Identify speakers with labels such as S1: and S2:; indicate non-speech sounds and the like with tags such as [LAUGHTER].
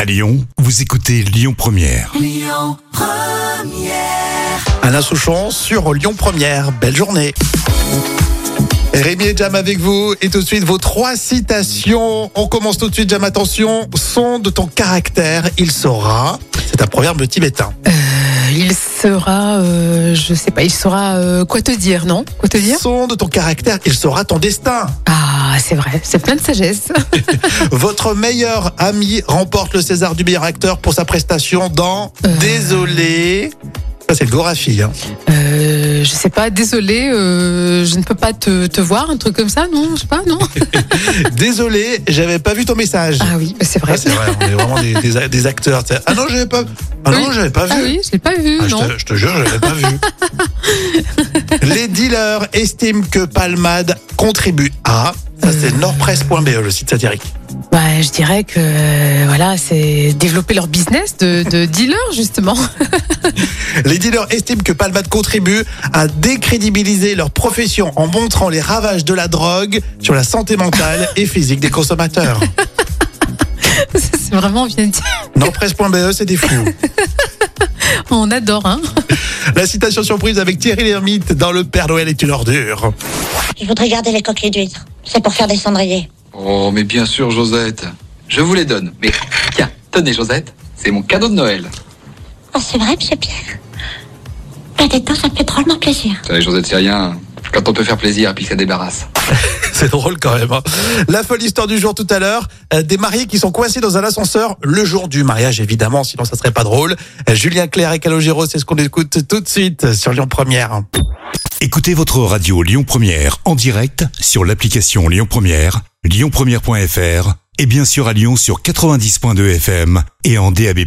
S1: À Lyon, vous écoutez Lyon Première.
S2: Anna Souchon sur Lyon Première. Belle journée. Rémi et Jam avec vous et tout de suite vos trois citations. On commence tout de suite, Jam. Attention, son de ton caractère, il saura. C'est un proverbe tibétain.
S3: Il sera, euh, je sais pas, il saura euh, quoi te dire, non Quoi te dire
S2: Son de ton caractère, il saura ton
S3: [LAUGHS]
S2: destin.
S3: Ah, c'est vrai, c'est plein de sagesse.
S2: Votre meilleur ami remporte le César du meilleur acteur pour sa prestation dans
S3: Euh.
S2: Désolé. Ça c'est le Gorafi.
S3: [LAUGHS]
S2: hein.
S3: Euh, je sais pas, désolé, euh, je ne peux pas te, te voir, un truc comme ça, non Je sais pas, non
S2: Désolé, j'avais pas vu ton message.
S3: Ah oui, c'est vrai.
S2: Ah, c'est vrai, on est vraiment des, des- des acteurs. tu sais. Ah non, j'avais pas. Ah non,
S3: Oui.
S2: j'avais pas vu.
S3: Ah oui, je l'ai pas vu,
S2: Ah, je,
S3: non
S2: te, je te jure, je l'avais pas vu. Les dealers estiment que Palmade contribue à. Ça, c'est nordpresse.be, E, le site satirique.
S3: Bah, je dirais que euh, voilà, c'est développer leur business de, de dealer justement. [LAUGHS]
S2: Les dealers estiment que Palmade contribue à décrédibiliser leur profession en montrant les ravages de la drogue sur la santé mentale et physique des consommateurs.
S3: c'est vraiment bien dit.
S2: Nordpresse.be, E, c'est des fous.
S3: On adore, hein
S2: La citation surprise avec Thierry Lhermitte dans Le Père Noël est une ordure.
S4: Je voudrais garder les coquilles d'huîtres. C'est pour faire des cendriers.
S5: Oh, mais bien sûr, Josette. Je vous les donne. Mais tiens, tenez, Josette. C'est mon cadeau de Noël.
S4: Ah, c'est vrai, monsieur Pierre. Bah, des temps, ça me fait drôlement plaisir.
S5: Vous savez, Josette, c'est rien. Quand on peut faire plaisir et puis que ça débarrasse.
S2: [LAUGHS] C'est drôle quand même. hein. La folle histoire du jour tout à l'heure, euh, des mariés qui sont coincés dans un ascenseur le jour du mariage, évidemment, sinon ça serait pas drôle. Euh, Julien Clerc et Calogero, c'est ce qu'on écoute tout de suite sur Lyon Première.
S1: Écoutez votre radio Lyon Première en direct sur l'application Lyon Première, lyonpremière.fr et bien sûr à Lyon sur 90.2 FM et en DAB+.